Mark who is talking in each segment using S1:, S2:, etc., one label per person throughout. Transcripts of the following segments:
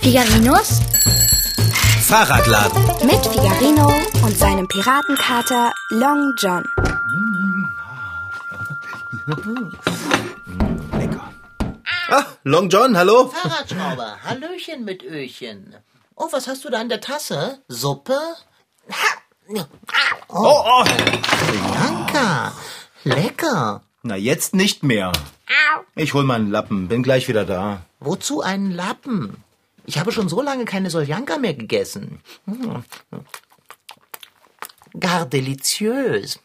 S1: Figarinos
S2: Fahrradladen.
S3: Mit Figarino und seinem Piratenkater Long John.
S2: Lecker. Ah, Long John, hallo.
S4: Fahrradschrauber, Hallöchen mit Öchen. Oh, was hast du da in der Tasse? Suppe? Ha! Ah!
S2: Oh, oh.
S4: Bianca, lecker.
S2: Na, jetzt nicht mehr. Ich hol mal einen Lappen, bin gleich wieder da.
S4: Wozu einen Lappen? Ich habe schon so lange keine Soljanka mehr gegessen. Hm. Gar deliziös.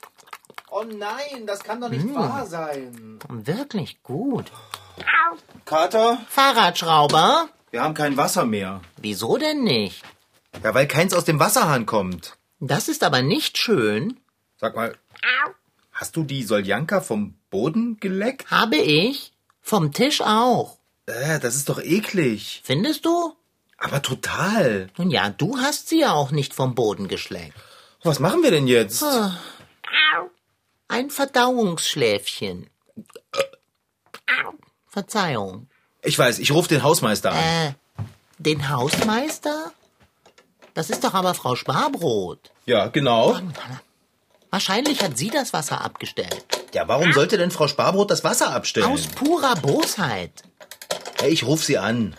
S5: Oh nein, das kann doch nicht
S2: Hm.
S5: wahr sein.
S4: Wirklich gut.
S2: Kater,
S4: Fahrradschrauber?
S2: wir haben kein Wasser mehr.
S4: Wieso denn nicht?
S2: Ja, weil keins aus dem Wasserhahn kommt.
S4: Das ist aber nicht schön.
S2: Sag mal, hast du die Soljanka vom Boden geleckt?
S4: Habe ich? Vom Tisch auch.
S2: Äh, das ist doch eklig.
S4: Findest du?
S2: Aber total.
S4: Nun ja, du hast sie ja auch nicht vom Boden geschleckt.
S2: Was machen wir denn jetzt?
S4: Ein Verdauungsschläfchen. Verzeihung.
S2: Ich weiß, ich rufe den Hausmeister an.
S4: Äh, den Hausmeister? Das ist doch aber Frau Sparbrot.
S2: Ja, genau.
S4: Wahrscheinlich hat sie das Wasser abgestellt.
S2: Ja, warum sollte denn Frau Sparbrot das Wasser abstellen?
S4: Aus purer Bosheit.
S2: Hey, ich ruf sie an.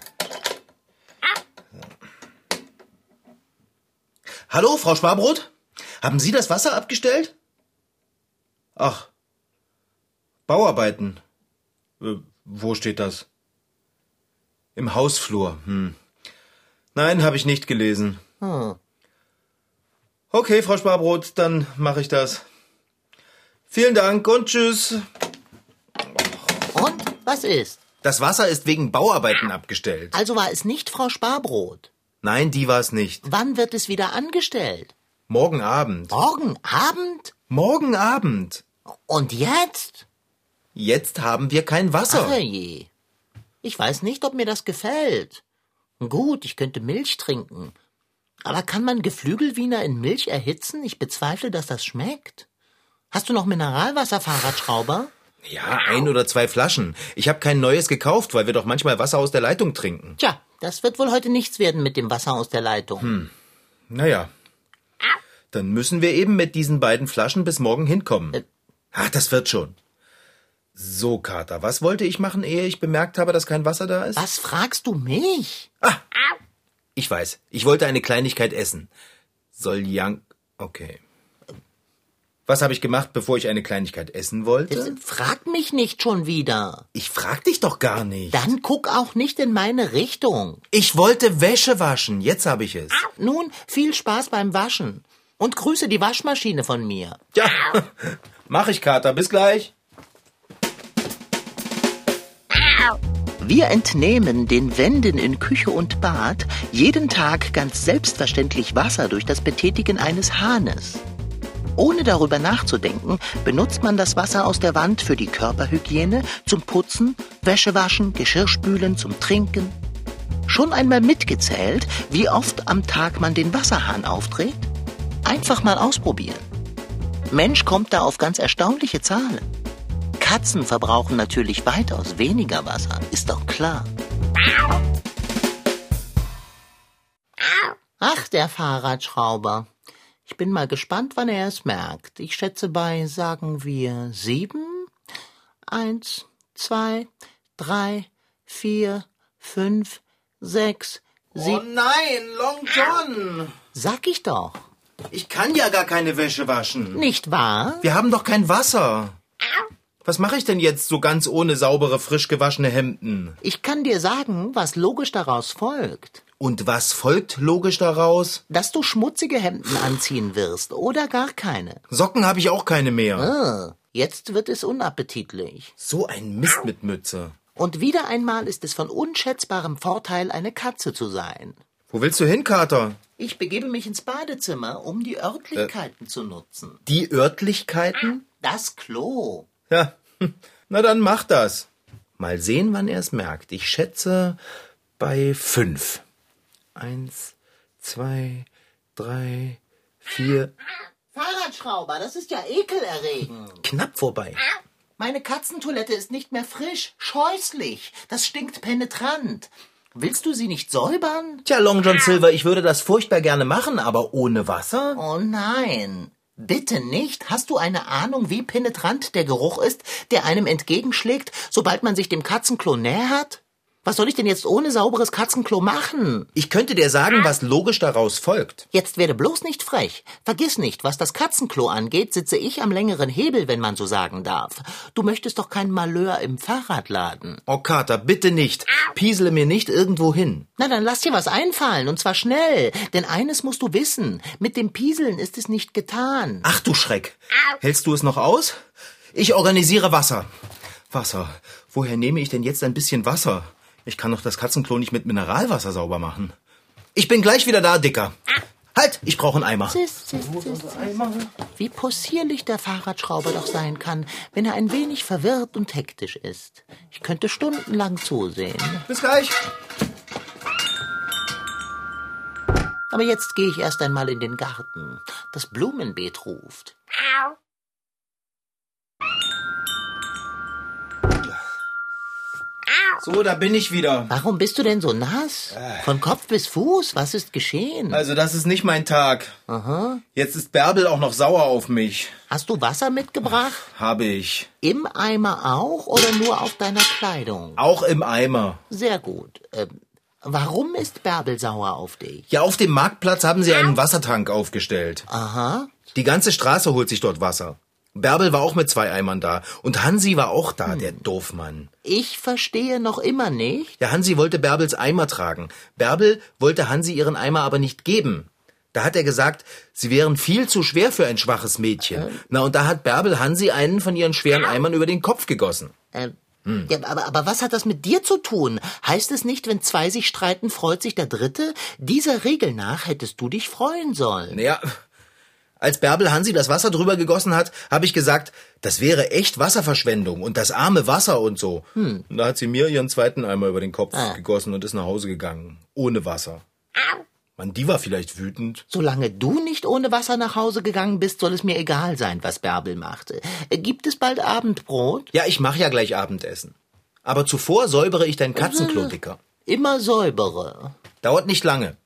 S2: Hallo, Frau Sparbrot? Haben Sie das Wasser abgestellt? Ach, Bauarbeiten. Äh, wo steht das? Im Hausflur. Hm. Nein, habe ich nicht gelesen. Hm. Okay, Frau Sparbrot, dann mache ich das. Vielen Dank und tschüss.
S4: Und was ist?
S2: Das Wasser ist wegen Bauarbeiten abgestellt.
S4: Also war es nicht Frau Sparbrot.
S2: Nein, die war es nicht.
S4: Wann wird es wieder angestellt?
S2: Morgen Abend.
S4: Morgen Abend?
S2: Morgen Abend.
S4: Und jetzt?
S2: Jetzt haben wir kein Wasser.
S4: Ach je. Ich weiß nicht, ob mir das gefällt. Gut, ich könnte Milch trinken. Aber kann man Geflügelwiener in Milch erhitzen? Ich bezweifle, dass das schmeckt. Hast du noch Mineralwasser, Fahrradschrauber?
S2: Ja, ein oder zwei Flaschen. Ich habe kein neues gekauft, weil wir doch manchmal Wasser aus der Leitung trinken.
S4: Tja, das wird wohl heute nichts werden mit dem Wasser aus der Leitung.
S2: Naja. Dann müssen wir eben mit diesen beiden Flaschen bis morgen hinkommen.
S4: Äh.
S2: Ach, das wird schon. So, Kater, was wollte ich machen, ehe ich bemerkt habe, dass kein Wasser da ist?
S4: Was fragst du mich?
S2: Ich weiß. Ich wollte eine Kleinigkeit essen. Soll Yang. Okay. Was habe ich gemacht, bevor ich eine Kleinigkeit essen wollte?
S4: Frag mich nicht schon wieder.
S2: Ich frag dich doch gar nicht.
S4: Dann guck auch nicht in meine Richtung.
S2: Ich wollte Wäsche waschen. Jetzt habe ich es.
S4: Nun, viel Spaß beim Waschen. Und grüße die Waschmaschine von mir.
S2: Ja. Mach ich, Kater. Bis gleich.
S6: Wir entnehmen den Wänden in Küche und Bad jeden Tag ganz selbstverständlich Wasser durch das Betätigen eines Hahnes. Ohne darüber nachzudenken, benutzt man das Wasser aus der Wand für die Körperhygiene, zum Putzen, Wäschewaschen, Geschirrspülen, zum Trinken. Schon einmal mitgezählt, wie oft am Tag man den Wasserhahn aufdreht? Einfach mal ausprobieren. Mensch kommt da auf ganz erstaunliche Zahlen. Katzen verbrauchen natürlich weitaus weniger Wasser, ist doch klar.
S4: Ach, der Fahrradschrauber. Ich bin mal gespannt, wann er es merkt. Ich schätze bei, sagen wir, sieben? Eins, zwei, drei, vier, fünf, sechs,
S2: Oh
S4: sieben.
S2: nein, Long John.
S4: Sag ich doch.
S2: Ich kann ja gar keine Wäsche waschen.
S4: Nicht wahr?
S2: Wir haben doch kein Wasser. Was mache ich denn jetzt so ganz ohne saubere, frisch gewaschene Hemden?
S4: Ich kann dir sagen, was logisch daraus folgt.
S2: Und was folgt logisch daraus?
S4: Dass du schmutzige Hemden anziehen wirst oder gar keine.
S2: Socken habe ich auch keine mehr.
S4: Äh, Jetzt wird es unappetitlich.
S2: So ein Mist mit Mütze.
S4: Und wieder einmal ist es von unschätzbarem Vorteil, eine Katze zu sein.
S2: Wo willst du hin, Kater?
S4: Ich begebe mich ins Badezimmer, um die
S2: Äh.
S4: Örtlichkeiten zu nutzen.
S2: Die Örtlichkeiten?
S4: Das Klo.
S2: Ja. hm. Na dann mach das. Mal sehen, wann er es merkt. Ich schätze bei fünf. Eins, zwei, drei, vier.
S4: Fahrradschrauber, das ist ja ekelerregend.
S2: Knapp vorbei.
S4: Meine Katzentoilette ist nicht mehr frisch, scheußlich. Das stinkt penetrant. Willst du sie nicht säubern?
S2: Tja, Long John Silver, ich würde das furchtbar gerne machen, aber ohne Wasser?
S4: Oh nein. Bitte nicht. Hast du eine Ahnung, wie penetrant der Geruch ist, der einem entgegenschlägt, sobald man sich dem Katzenklo nähert? Was soll ich denn jetzt ohne sauberes Katzenklo machen?
S2: Ich könnte dir sagen, was logisch daraus folgt.
S4: Jetzt werde bloß nicht frech. Vergiss nicht, was das Katzenklo angeht, sitze ich am längeren Hebel, wenn man so sagen darf. Du möchtest doch kein Malheur im Fahrradladen.
S2: Oh, Kater, bitte nicht. Piesele mir nicht irgendwo hin.
S4: Na, dann lass dir was einfallen, und zwar schnell. Denn eines musst du wissen, mit dem Pieseln ist es nicht getan.
S2: Ach du Schreck. Hältst du es noch aus? Ich organisiere Wasser. Wasser. Woher nehme ich denn jetzt ein bisschen Wasser? Ich kann doch das Katzenklo nicht mit Mineralwasser sauber machen. Ich bin gleich wieder da, Dicker. Halt, ich brauche einen Eimer.
S4: Sis, sis, sis, sis. Wie possierlich der Fahrradschrauber doch sein kann, wenn er ein wenig verwirrt und hektisch ist. Ich könnte stundenlang zusehen.
S2: Bis gleich.
S4: Aber jetzt gehe ich erst einmal in den Garten. Das Blumenbeet ruft.
S2: So, da bin ich wieder.
S4: Warum bist du denn so nass? Von Kopf bis Fuß? Was ist geschehen?
S2: Also, das ist nicht mein Tag. Jetzt ist Bärbel auch noch sauer auf mich.
S4: Hast du Wasser mitgebracht?
S2: Habe ich.
S4: Im Eimer auch oder nur auf deiner Kleidung?
S2: Auch im Eimer.
S4: Sehr gut. Ähm, warum ist Bärbel sauer auf dich?
S2: Ja, auf dem Marktplatz haben sie einen Wassertank aufgestellt.
S4: Aha.
S2: Die ganze Straße holt sich dort Wasser. Bärbel war auch mit zwei Eimern da. Und Hansi war auch da, der Doofmann.
S4: Ich verstehe noch immer nicht.
S2: Der Hansi wollte Bärbels Eimer tragen. Bärbel wollte Hansi ihren Eimer aber nicht geben. Da hat er gesagt, sie wären viel zu schwer für ein schwaches Mädchen. Na, und da hat Bärbel Hansi einen von ihren schweren Eimern über den Kopf gegossen.
S4: Ähm, ja, aber, aber was hat das mit dir zu tun? Heißt es nicht, wenn zwei sich streiten, freut sich der Dritte? Dieser Regel nach hättest du dich freuen sollen.
S2: Naja, als Bärbel Hansi das Wasser drüber gegossen hat, habe ich gesagt, das wäre echt Wasserverschwendung und das arme Wasser und so. Und da hat sie mir ihren zweiten Eimer über den Kopf gegossen und ist nach Hause gegangen. Ohne Wasser. Mann, die war vielleicht wütend.
S4: Solange du nicht ohne Wasser nach Hause gegangen bist, soll es mir egal sein, was Bärbel machte. Äh, Gibt es bald Abendbrot?
S2: Ja, ich mache ja gleich Abendessen. Aber zuvor säubere ich dein Katzenklo, Dicker.
S4: Immer säubere.
S2: Dauert nicht lange.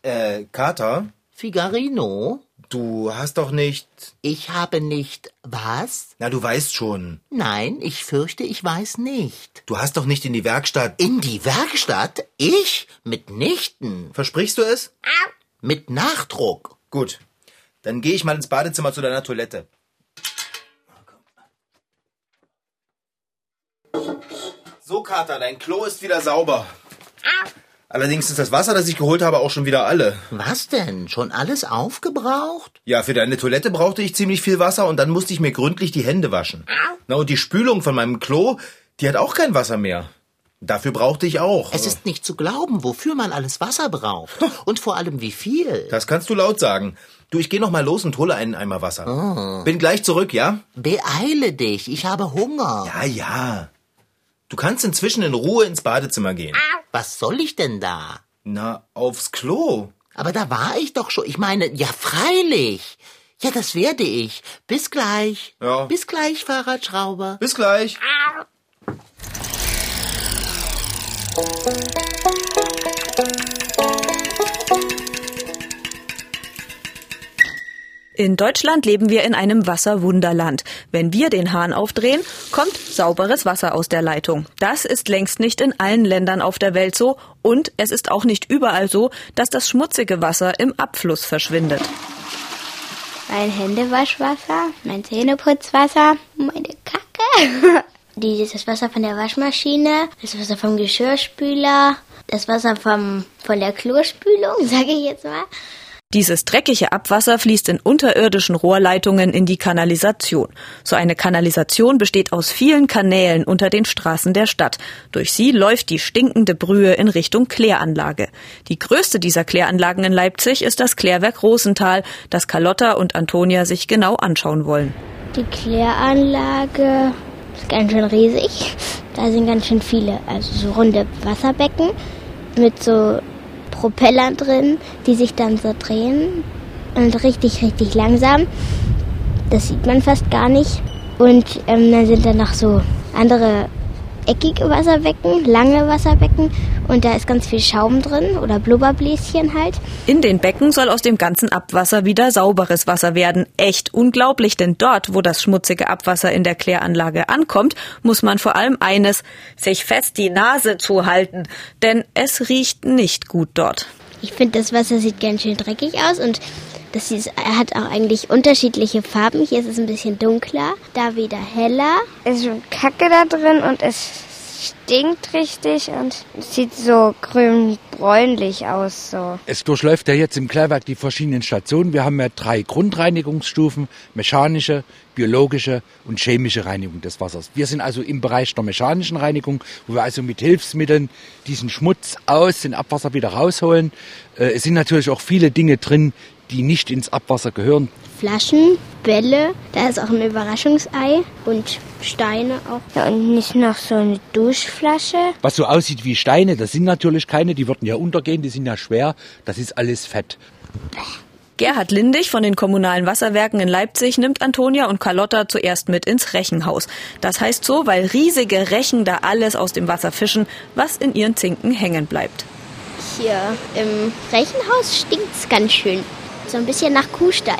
S2: Äh, Kater,
S4: Figarino?
S2: du hast doch nicht...
S4: Ich habe nicht was?
S2: Na, du weißt schon.
S4: Nein, ich fürchte, ich weiß nicht.
S2: Du hast doch nicht in die Werkstatt...
S4: In die Werkstatt? Ich? Mitnichten.
S2: Versprichst du es?
S4: Mit Nachdruck.
S2: Gut. Dann gehe ich mal ins Badezimmer zu deiner Toilette. So, Kater, dein Klo ist wieder sauber. Allerdings ist das Wasser, das ich geholt habe, auch schon wieder alle.
S4: Was denn? Schon alles aufgebraucht?
S2: Ja, für deine Toilette brauchte ich ziemlich viel Wasser und dann musste ich mir gründlich die Hände waschen. Na, und die Spülung von meinem Klo, die hat auch kein Wasser mehr. Dafür brauchte ich auch.
S4: Es ist nicht zu glauben, wofür man alles Wasser braucht. Und vor allem wie viel.
S2: Das kannst du laut sagen. Du, ich geh noch mal los und hole einen Eimer Wasser.
S4: Ah.
S2: Bin gleich zurück, ja?
S4: Beeile dich, ich habe Hunger.
S2: Ja, ja. Du kannst inzwischen in Ruhe ins Badezimmer gehen.
S4: Was soll ich denn da?
S2: Na, aufs Klo.
S4: Aber da war ich doch schon. Ich meine, ja, freilich. Ja, das werde ich. Bis gleich.
S2: Ja.
S4: Bis gleich, Fahrradschrauber.
S2: Bis gleich.
S1: In Deutschland leben wir in einem Wasserwunderland. Wenn wir den Hahn aufdrehen, kommt sauberes Wasser aus der Leitung. Das ist längst nicht in allen Ländern auf der Welt so und es ist auch nicht überall so, dass das schmutzige Wasser im Abfluss verschwindet.
S7: Mein Händewaschwasser, mein Zähneputzwasser, meine Kacke. Dieses Wasser von der Waschmaschine, das Wasser vom Geschirrspüler, das Wasser vom, von der Klospülung, sage ich jetzt mal.
S1: Dieses dreckige Abwasser fließt in unterirdischen Rohrleitungen in die Kanalisation. So eine Kanalisation besteht aus vielen Kanälen unter den Straßen der Stadt. Durch sie läuft die stinkende Brühe in Richtung Kläranlage. Die größte dieser Kläranlagen in Leipzig ist das Klärwerk Rosenthal, das Carlotta und Antonia sich genau anschauen wollen.
S7: Die Kläranlage ist ganz schön riesig. Da sind ganz schön viele, also so runde Wasserbecken mit so Propellern drin, die sich dann so drehen und richtig, richtig langsam. Das sieht man fast gar nicht. Und ähm, dann sind da noch so andere eckige Wasserbecken, lange Wasserbecken und da ist ganz viel Schaum drin oder Blubberbläschen halt.
S1: In den Becken soll aus dem ganzen Abwasser wieder sauberes Wasser werden. Echt unglaublich, denn dort, wo das schmutzige Abwasser in der Kläranlage ankommt, muss man vor allem eines, sich fest die Nase zuhalten, denn es riecht nicht gut dort.
S7: Ich finde, das Wasser sieht ganz schön dreckig aus und das ist, hat auch eigentlich unterschiedliche Farben. Hier ist es ein bisschen dunkler, da wieder heller.
S8: Es ist schon Kacke da drin und es stinkt richtig und sieht so grün-bräunlich aus. So.
S9: Es durchläuft ja jetzt im Klärwerk die verschiedenen Stationen. Wir haben ja drei Grundreinigungsstufen, mechanische, biologische und chemische Reinigung des Wassers. Wir sind also im Bereich der mechanischen Reinigung, wo wir also mit Hilfsmitteln diesen Schmutz aus dem Abwasser wieder rausholen. Äh, Es sind natürlich auch viele Dinge drin, die nicht ins Abwasser gehören.
S7: Flaschen, Bälle, da ist auch ein Überraschungsei und Steine auch.
S8: Ja, und nicht noch so eine Duschflasche.
S9: Was so aussieht wie Steine, das sind natürlich keine, die würden ja untergehen, die sind ja schwer, das ist alles Fett.
S1: Gerhard Lindig von den kommunalen Wasserwerken in Leipzig nimmt Antonia und Carlotta zuerst mit ins Rechenhaus. Das heißt so, weil riesige Rechen da alles aus dem Wasser fischen, was in ihren Zinken hängen bleibt.
S7: Hier im Rechenhaus stinkt's ganz schön. So ein bisschen nach Kuhstall.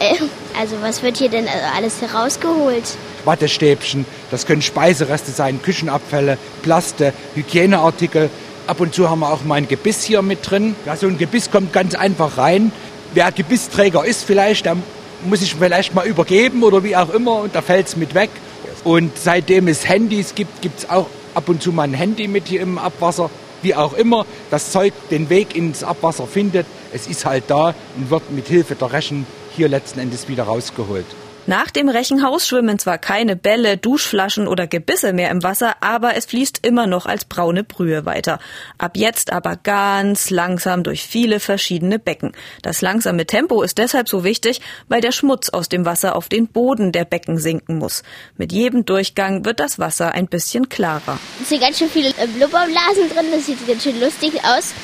S7: Also was wird hier denn also alles herausgeholt?
S9: Wattestäbchen, das können Speisereste sein, Küchenabfälle, Plaste, Hygieneartikel. Ab und zu haben wir auch mal ein Gebiss hier mit drin. Ja, so ein Gebiss kommt ganz einfach rein. Wer Gebissträger ist vielleicht, der muss ich vielleicht mal übergeben oder wie auch immer und da fällt es mit weg. Und seitdem es Handys gibt, gibt es auch ab und zu mal ein Handy mit hier im Abwasser. Wie auch immer das Zeug den Weg ins Abwasser findet, es ist halt da und wird mit Hilfe der Rechen hier letzten Endes wieder rausgeholt.
S1: Nach dem Rechenhaus schwimmen zwar keine Bälle, Duschflaschen oder Gebisse mehr im Wasser, aber es fließt immer noch als braune Brühe weiter. Ab jetzt aber ganz langsam durch viele verschiedene Becken. Das langsame Tempo ist deshalb so wichtig, weil der Schmutz aus dem Wasser auf den Boden der Becken sinken muss. Mit jedem Durchgang wird das Wasser ein bisschen klarer.
S7: Es sind ganz schön viele äh, Blubberblasen drin, das sieht ganz schön lustig aus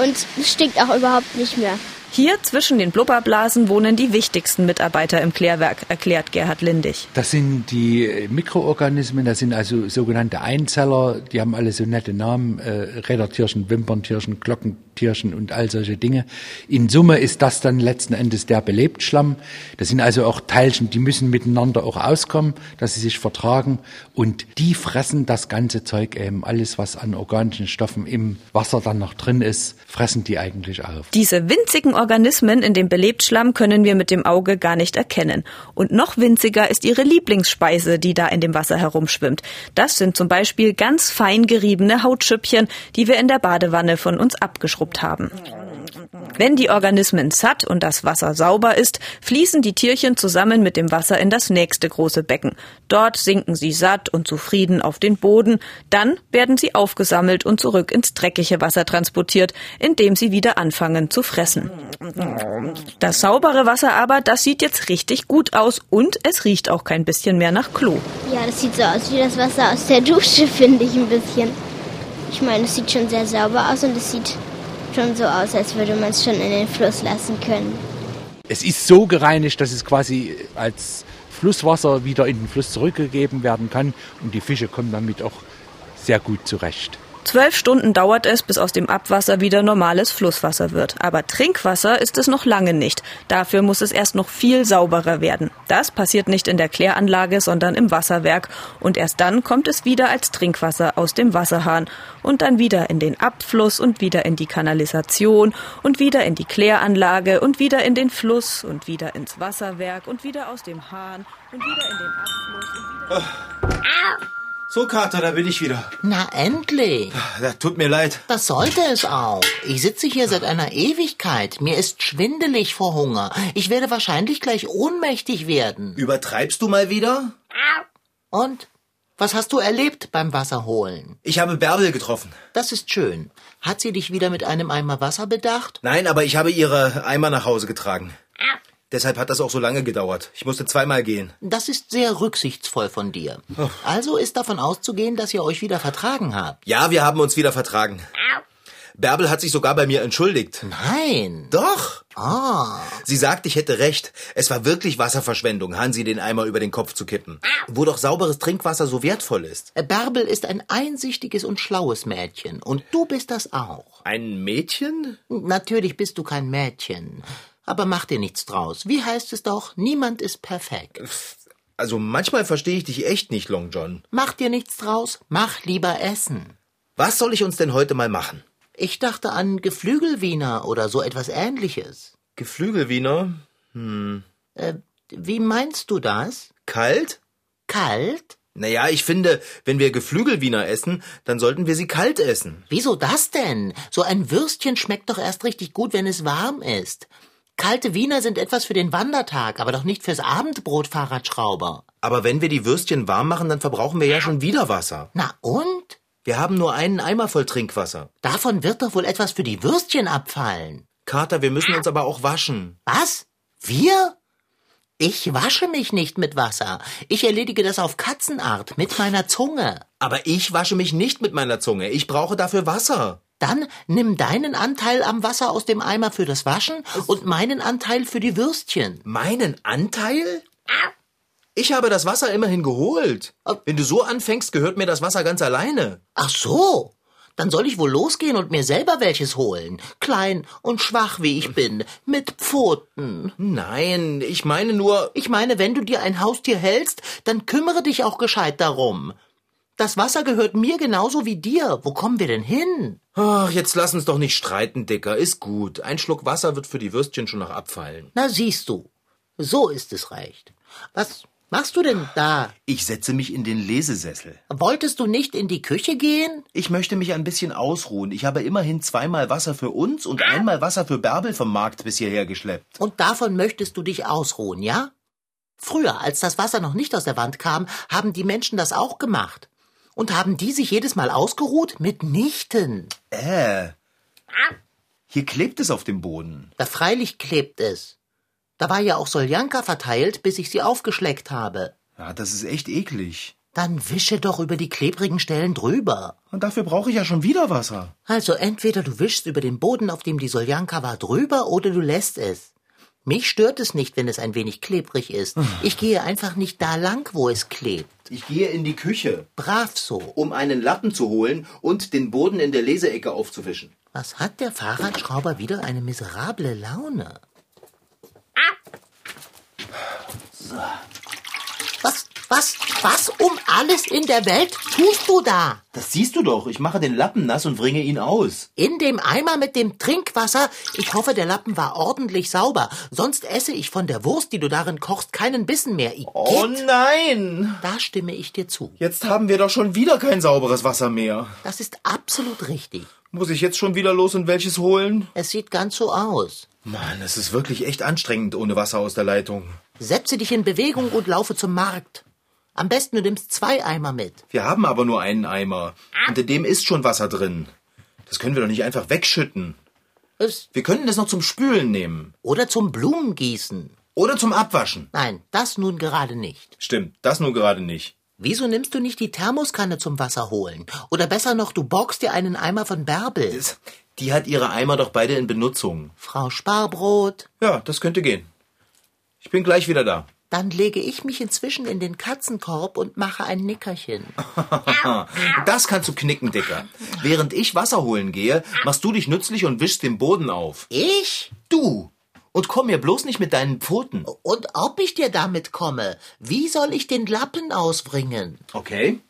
S7: und es stinkt auch überhaupt nicht mehr.
S1: Hier zwischen den Blubberblasen wohnen die wichtigsten Mitarbeiter im Klärwerk, erklärt Gerhard Lindig.
S9: Das sind die äh, Mikroorganismen, das sind also sogenannte Einzeller, die haben alle so nette Namen, äh, Rädertierchen, Wimperntierchen, Glockentierchen und all solche Dinge. In Summe ist das dann letzten Endes der Belebtschlamm. Das sind also auch Teilchen, die müssen miteinander auch auskommen, dass sie sich vertragen und die fressen das ganze Zeug eben, alles was an organischen Stoffen im Wasser dann noch drin ist, fressen die eigentlich auf.
S1: Diese winzigen Organismen in dem Belebtschlamm können wir mit dem Auge gar nicht erkennen. Und noch winziger ist ihre Lieblingsspeise, die da in dem Wasser herumschwimmt. Das sind zum Beispiel ganz fein geriebene Hautschüppchen, die wir in der Badewanne von uns abgeschrubbt haben. Wenn die Organismen satt und das Wasser sauber ist, fließen die Tierchen zusammen mit dem Wasser in das nächste große Becken. Dort sinken sie satt und zufrieden auf den Boden, dann werden sie aufgesammelt und zurück ins dreckige Wasser transportiert, indem sie wieder anfangen zu fressen. Das saubere Wasser aber, das sieht jetzt richtig gut aus und es riecht auch kein bisschen mehr nach Klo.
S7: Ja, das sieht so aus wie das Wasser aus der Dusche, finde ich ein bisschen. Ich meine, es sieht schon sehr sauber aus und es sieht schon so aus, als würde man es schon in den Fluss lassen können.
S9: Es ist so gereinigt, dass es quasi als Flusswasser wieder in den Fluss zurückgegeben werden kann und die Fische kommen damit auch sehr gut zurecht.
S1: Zwölf Stunden dauert es, bis aus dem Abwasser wieder normales Flusswasser wird. Aber Trinkwasser ist es noch lange nicht. Dafür muss es erst noch viel sauberer werden. Das passiert nicht in der Kläranlage, sondern im Wasserwerk. Und erst dann kommt es wieder als Trinkwasser aus dem Wasserhahn. Und dann wieder in den Abfluss und wieder in die Kanalisation und wieder in die Kläranlage und wieder in den Fluss und wieder ins Wasserwerk und wieder aus dem Hahn und wieder in den Abfluss. Und wieder
S2: So, Kater, da bin ich wieder.
S4: Na endlich.
S2: Das tut mir leid.
S4: Das sollte es auch. Ich sitze hier seit einer Ewigkeit. Mir ist schwindelig vor Hunger. Ich werde wahrscheinlich gleich ohnmächtig werden.
S2: Übertreibst du mal wieder?
S4: Und? Was hast du erlebt beim Wasserholen?
S2: Ich habe Bärbel getroffen.
S4: Das ist schön. Hat sie dich wieder mit einem Eimer Wasser bedacht?
S2: Nein, aber ich habe ihre Eimer nach Hause getragen. Deshalb hat das auch so lange gedauert. Ich musste zweimal gehen.
S4: Das ist sehr rücksichtsvoll von dir. Also ist davon auszugehen, dass ihr euch wieder vertragen habt.
S2: Ja, wir haben uns wieder vertragen. Bärbel hat sich sogar bei mir entschuldigt.
S4: Nein.
S2: Doch.
S4: Ah.
S2: Sie sagt, ich hätte recht. Es war wirklich Wasserverschwendung, Hansi den Eimer über den Kopf zu kippen. Wo doch sauberes Trinkwasser so wertvoll ist.
S4: Bärbel ist ein einsichtiges und schlaues Mädchen. Und du bist das auch.
S2: Ein Mädchen?
S4: Natürlich bist du kein Mädchen. Aber mach dir nichts draus. Wie heißt es doch? Niemand ist perfekt.
S2: Also manchmal verstehe ich dich echt nicht, Long John.
S4: Mach dir nichts draus. Mach lieber Essen.
S2: Was soll ich uns denn heute mal machen?
S4: Ich dachte an Geflügelwiener oder so etwas ähnliches.
S2: Geflügelwiener? Hm.
S4: Äh, wie meinst du das?
S2: Kalt?
S4: Kalt?
S2: Naja, ich finde, wenn wir Geflügelwiener essen, dann sollten wir sie kalt essen.
S4: Wieso das denn? So ein Würstchen schmeckt doch erst richtig gut, wenn es warm ist. Kalte Wiener sind etwas für den Wandertag, aber doch nicht fürs Abendbrot, Fahrradschrauber.
S2: Aber wenn wir die Würstchen warm machen, dann verbrauchen wir ja schon wieder Wasser.
S4: Na und?
S2: Wir haben nur einen Eimer voll Trinkwasser.
S4: Davon wird doch wohl etwas für die Würstchen abfallen.
S2: Kater, wir müssen uns aber auch waschen.
S4: Was? Wir? Ich wasche mich nicht mit Wasser. Ich erledige das auf Katzenart mit meiner Zunge.
S2: Aber ich wasche mich nicht mit meiner Zunge. Ich brauche dafür Wasser.
S4: Dann nimm deinen Anteil am Wasser aus dem Eimer für das Waschen und meinen Anteil für die Würstchen.
S2: Meinen Anteil? Ich habe das Wasser immerhin geholt. Wenn du so anfängst, gehört mir das Wasser ganz alleine.
S4: Ach so. Dann soll ich wohl losgehen und mir selber welches holen. Klein und schwach wie ich bin, mit Pfoten.
S2: Nein, ich meine nur.
S4: Ich meine, wenn du dir ein Haustier hältst, dann kümmere dich auch gescheit darum. Das Wasser gehört mir genauso wie dir. Wo kommen wir denn hin?
S2: Ach, jetzt lass uns doch nicht streiten, Dicker. Ist gut. Ein Schluck Wasser wird für die Würstchen schon noch abfallen.
S4: Na siehst du, so ist es recht. Was machst du denn da?
S2: Ich setze mich in den Lesesessel.
S4: Wolltest du nicht in die Küche gehen?
S2: Ich möchte mich ein bisschen ausruhen. Ich habe immerhin zweimal Wasser für uns und einmal Wasser für Bärbel vom Markt bis hierher geschleppt.
S4: Und davon möchtest du dich ausruhen, ja? Früher, als das Wasser noch nicht aus der Wand kam, haben die Menschen das auch gemacht. Und haben die sich jedes Mal ausgeruht? Mitnichten.
S2: Äh. Hier klebt es auf dem Boden.
S4: Da freilich klebt es. Da war ja auch Soljanka verteilt, bis ich sie aufgeschleckt habe.
S2: Ja, das ist echt eklig.
S4: Dann wische doch über die klebrigen Stellen drüber.
S2: Und dafür brauche ich ja schon wieder Wasser.
S4: Also entweder du wischst über den Boden, auf dem die Soljanka war, drüber oder du lässt es. Mich stört es nicht, wenn es ein wenig klebrig ist. Ich gehe einfach nicht da lang, wo es klebt.
S2: Ich gehe in die Küche,
S4: Brav so.
S2: um einen Lappen zu holen und den Boden in der Leseecke aufzuwischen.
S4: Was hat der Fahrradschrauber wieder eine miserable Laune? Was, was, was um alles in der Welt tust du da?
S2: Das siehst du doch. Ich mache den Lappen nass und wringe ihn aus.
S4: In dem Eimer mit dem Trinkwasser? Ich hoffe, der Lappen war ordentlich sauber. Sonst esse ich von der Wurst, die du darin kochst, keinen Bissen mehr. Igitt.
S2: Oh nein!
S4: Da stimme ich dir zu.
S2: Jetzt haben wir doch schon wieder kein sauberes Wasser mehr.
S4: Das ist absolut richtig.
S2: Muss ich jetzt schon wieder los und welches holen?
S4: Es sieht ganz so aus.
S2: Mann, es ist wirklich echt anstrengend ohne Wasser aus der Leitung.
S4: Setze dich in Bewegung und laufe zum Markt. Am besten du nimmst zwei Eimer mit.
S2: Wir haben aber nur einen Eimer. Und in dem ist schon Wasser drin. Das können wir doch nicht einfach wegschütten.
S4: Es-
S2: Wir können das noch zum Spülen nehmen.
S4: Oder zum Blumengießen.
S2: Oder zum Abwaschen.
S4: Nein, das nun gerade nicht.
S2: Stimmt, das nur gerade nicht.
S4: Wieso nimmst du nicht die Thermoskanne zum Wasser holen? Oder besser noch, du borgst dir einen Eimer von Bärbel.
S2: Das- Die hat ihre Eimer doch beide in Benutzung.
S4: Frau Sparbrot,
S2: Ja, das könnte gehen. Ich bin gleich wieder da.
S4: dann lege ich mich inzwischen in den Katzenkorb und mache ein Nickerchen.
S2: Das kannst du knicken, Dicker. Während ich Wasser holen gehe, machst du dich nützlich und wischst den Boden auf.
S4: Ich?
S2: Du! Und komm mir bloß nicht mit deinen Pfoten.
S4: Und ob ich dir damit komme? Wie soll ich den Lappen ausbringen?
S2: Okay.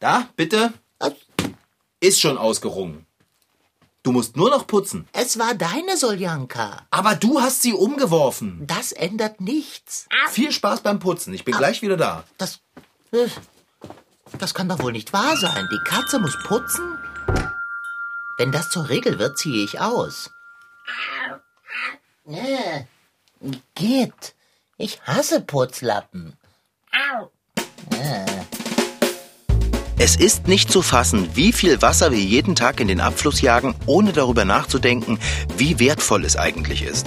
S2: Da, bitte. Ist schon ausgerungen. Du musst nur noch putzen.
S4: Es war deine Soljanka.
S2: Aber du hast sie umgeworfen.
S4: Das ändert nichts.
S2: Viel Spaß beim Putzen. Ich bin gleich wieder da.
S4: Das. äh, Das kann doch wohl nicht wahr sein. Die Katze muss putzen? Wenn das zur Regel wird, ziehe ich aus. Äh, Geht. Ich hasse Putzlappen.
S6: Es ist nicht zu fassen, wie viel Wasser wir jeden Tag in den Abfluss jagen, ohne darüber nachzudenken, wie wertvoll es eigentlich ist.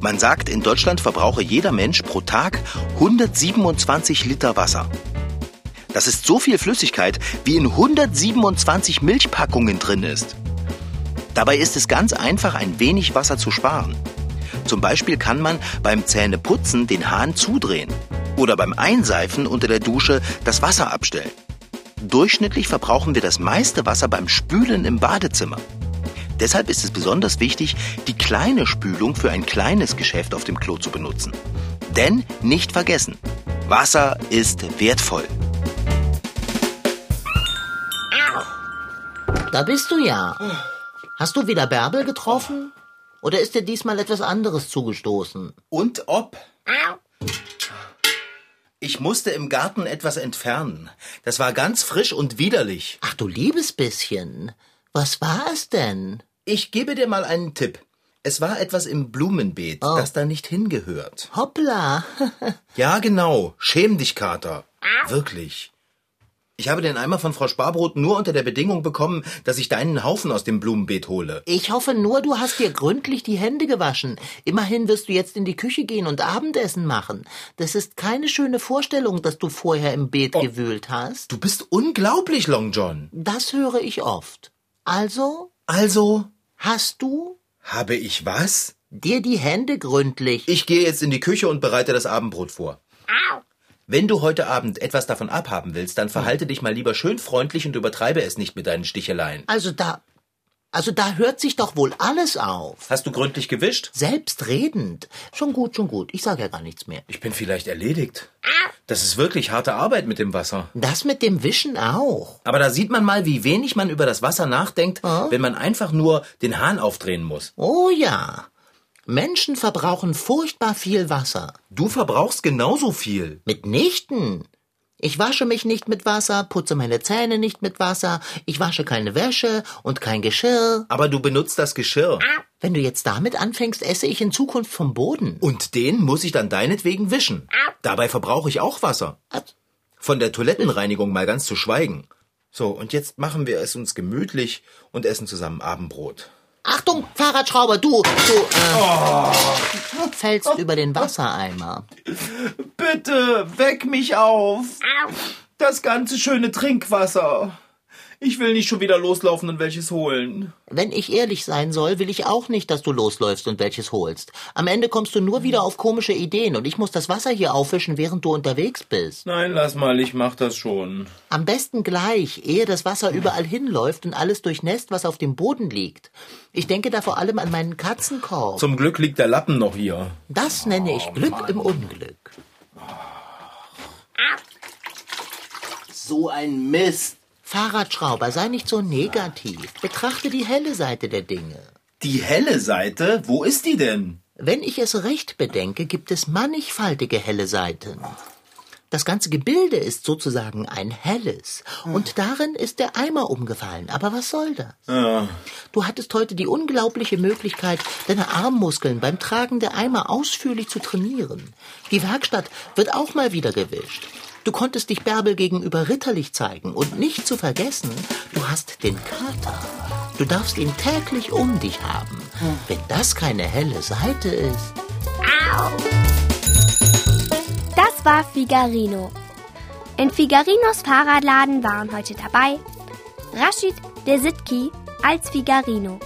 S6: Man sagt, in Deutschland verbrauche jeder Mensch pro Tag 127 Liter Wasser. Das ist so viel Flüssigkeit, wie in 127 Milchpackungen drin ist. Dabei ist es ganz einfach, ein wenig Wasser zu sparen. Zum Beispiel kann man beim Zähneputzen den Hahn zudrehen oder beim Einseifen unter der Dusche das Wasser abstellen. Durchschnittlich verbrauchen wir das meiste Wasser beim Spülen im Badezimmer. Deshalb ist es besonders wichtig, die kleine Spülung für ein kleines Geschäft auf dem Klo zu benutzen. Denn nicht vergessen, Wasser ist wertvoll.
S4: Da bist du ja. Hast du wieder Bärbel getroffen? Oder ist dir diesmal etwas anderes zugestoßen?
S2: Und ob? Ich musste im Garten etwas entfernen. Das war ganz frisch und widerlich.
S4: Ach du liebes bisschen. Was war es denn?
S2: Ich gebe dir mal einen Tipp. Es war etwas im Blumenbeet, das da nicht hingehört.
S4: Hoppla.
S2: Ja, genau. Schäm dich, Kater. Wirklich. Ich habe den Eimer von Frau Sparbrot nur unter der Bedingung bekommen, dass ich deinen Haufen aus dem Blumenbeet hole.
S4: Ich hoffe nur, du hast dir gründlich die Hände gewaschen. Immerhin wirst du jetzt in die Küche gehen und Abendessen machen. Das ist keine schöne Vorstellung, dass du vorher im Beet gewühlt hast.
S2: Du bist unglaublich, Long John.
S4: Das höre ich oft. Also,
S2: Also,
S4: hast du
S2: habe ich was?
S4: dir die Hände gründlich?
S2: Ich gehe jetzt in die Küche und bereite das Abendbrot vor. Wenn du heute Abend etwas davon abhaben willst, dann verhalte dich mal lieber schön freundlich und übertreibe es nicht mit deinen Sticheleien.
S4: Also da, also da hört sich doch wohl alles auf.
S2: Hast du gründlich gewischt?
S4: Selbstredend. Schon gut, schon gut. Ich sage ja gar nichts mehr.
S2: Ich bin vielleicht erledigt. Das ist wirklich harte Arbeit mit dem Wasser.
S4: Das mit dem Wischen auch.
S2: Aber da sieht man mal, wie wenig man über das Wasser nachdenkt, wenn man einfach nur den Hahn aufdrehen muss.
S4: Oh ja. Menschen verbrauchen furchtbar viel Wasser.
S2: Du verbrauchst genauso viel.
S4: Mitnichten. Ich wasche mich nicht mit Wasser, putze meine Zähne nicht mit Wasser, ich wasche keine Wäsche und kein Geschirr.
S2: Aber du benutzt das Geschirr.
S4: Wenn du jetzt damit anfängst, esse ich in Zukunft vom Boden.
S2: Und den muss ich dann deinetwegen wischen. Dabei verbrauche ich auch Wasser. Von der Toilettenreinigung mal ganz zu schweigen. So, und jetzt machen wir es uns gemütlich und essen zusammen Abendbrot.
S4: Achtung, Fahrradschrauber, du, du äh, fällst über den Wassereimer.
S5: Bitte, weck mich auf. Das ganze schöne Trinkwasser. Ich will nicht schon wieder loslaufen und welches holen.
S4: Wenn ich ehrlich sein soll, will ich auch nicht, dass du losläufst und welches holst. Am Ende kommst du nur wieder auf komische Ideen und ich muss das Wasser hier aufwischen, während du unterwegs bist.
S5: Nein, lass mal, ich mach das schon.
S4: Am besten gleich, ehe das Wasser überall hinläuft und alles durchnässt, was auf dem Boden liegt. Ich denke da vor allem an meinen Katzenkorb.
S2: Zum Glück liegt der Lappen noch hier.
S4: Das nenne ich Glück im Unglück.
S5: So ein Mist.
S4: Fahrradschrauber, sei nicht so negativ. Betrachte die helle Seite der Dinge.
S2: Die helle Seite, wo ist die denn?
S4: Wenn ich es recht bedenke, gibt es mannigfaltige helle Seiten. Das ganze Gebilde ist sozusagen ein helles.
S5: Hm.
S4: Und darin ist der Eimer umgefallen. Aber was soll das? Du hattest heute die unglaubliche Möglichkeit, deine Armmuskeln beim Tragen der Eimer ausführlich zu trainieren. Die Werkstatt wird auch mal wieder gewischt. Du konntest dich Bärbel gegenüber ritterlich zeigen und nicht zu vergessen, du hast den Kater. Du darfst ihn täglich um dich haben. Wenn das keine helle Seite ist.
S3: Das war Figarino. In Figarinos Fahrradladen waren heute dabei Rashid Desitki als Figarino,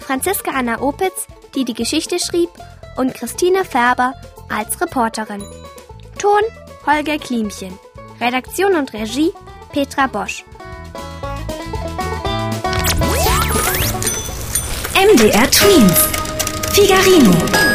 S3: Franziska Anna Opitz, die die Geschichte schrieb, und Christine Färber als Reporterin. Ton Holger Klimchen. Redaktion und Regie Petra Bosch.
S10: MDR Twins. Figarino.